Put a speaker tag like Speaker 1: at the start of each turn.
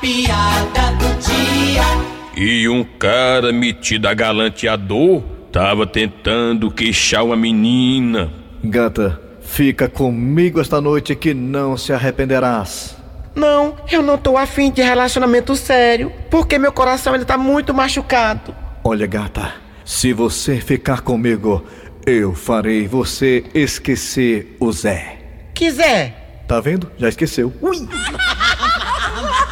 Speaker 1: piada do dia.
Speaker 2: E um cara metido a galanteador tava tentando queixar uma menina.
Speaker 3: Gata, fica comigo esta noite que não se arrependerás.
Speaker 4: Não, eu não tô afim de relacionamento sério, porque meu coração ainda tá muito machucado.
Speaker 3: Olha, gata, se você ficar comigo, eu farei você esquecer o Zé.
Speaker 4: Quiser.
Speaker 3: Tá vendo? Já esqueceu.
Speaker 4: Ui!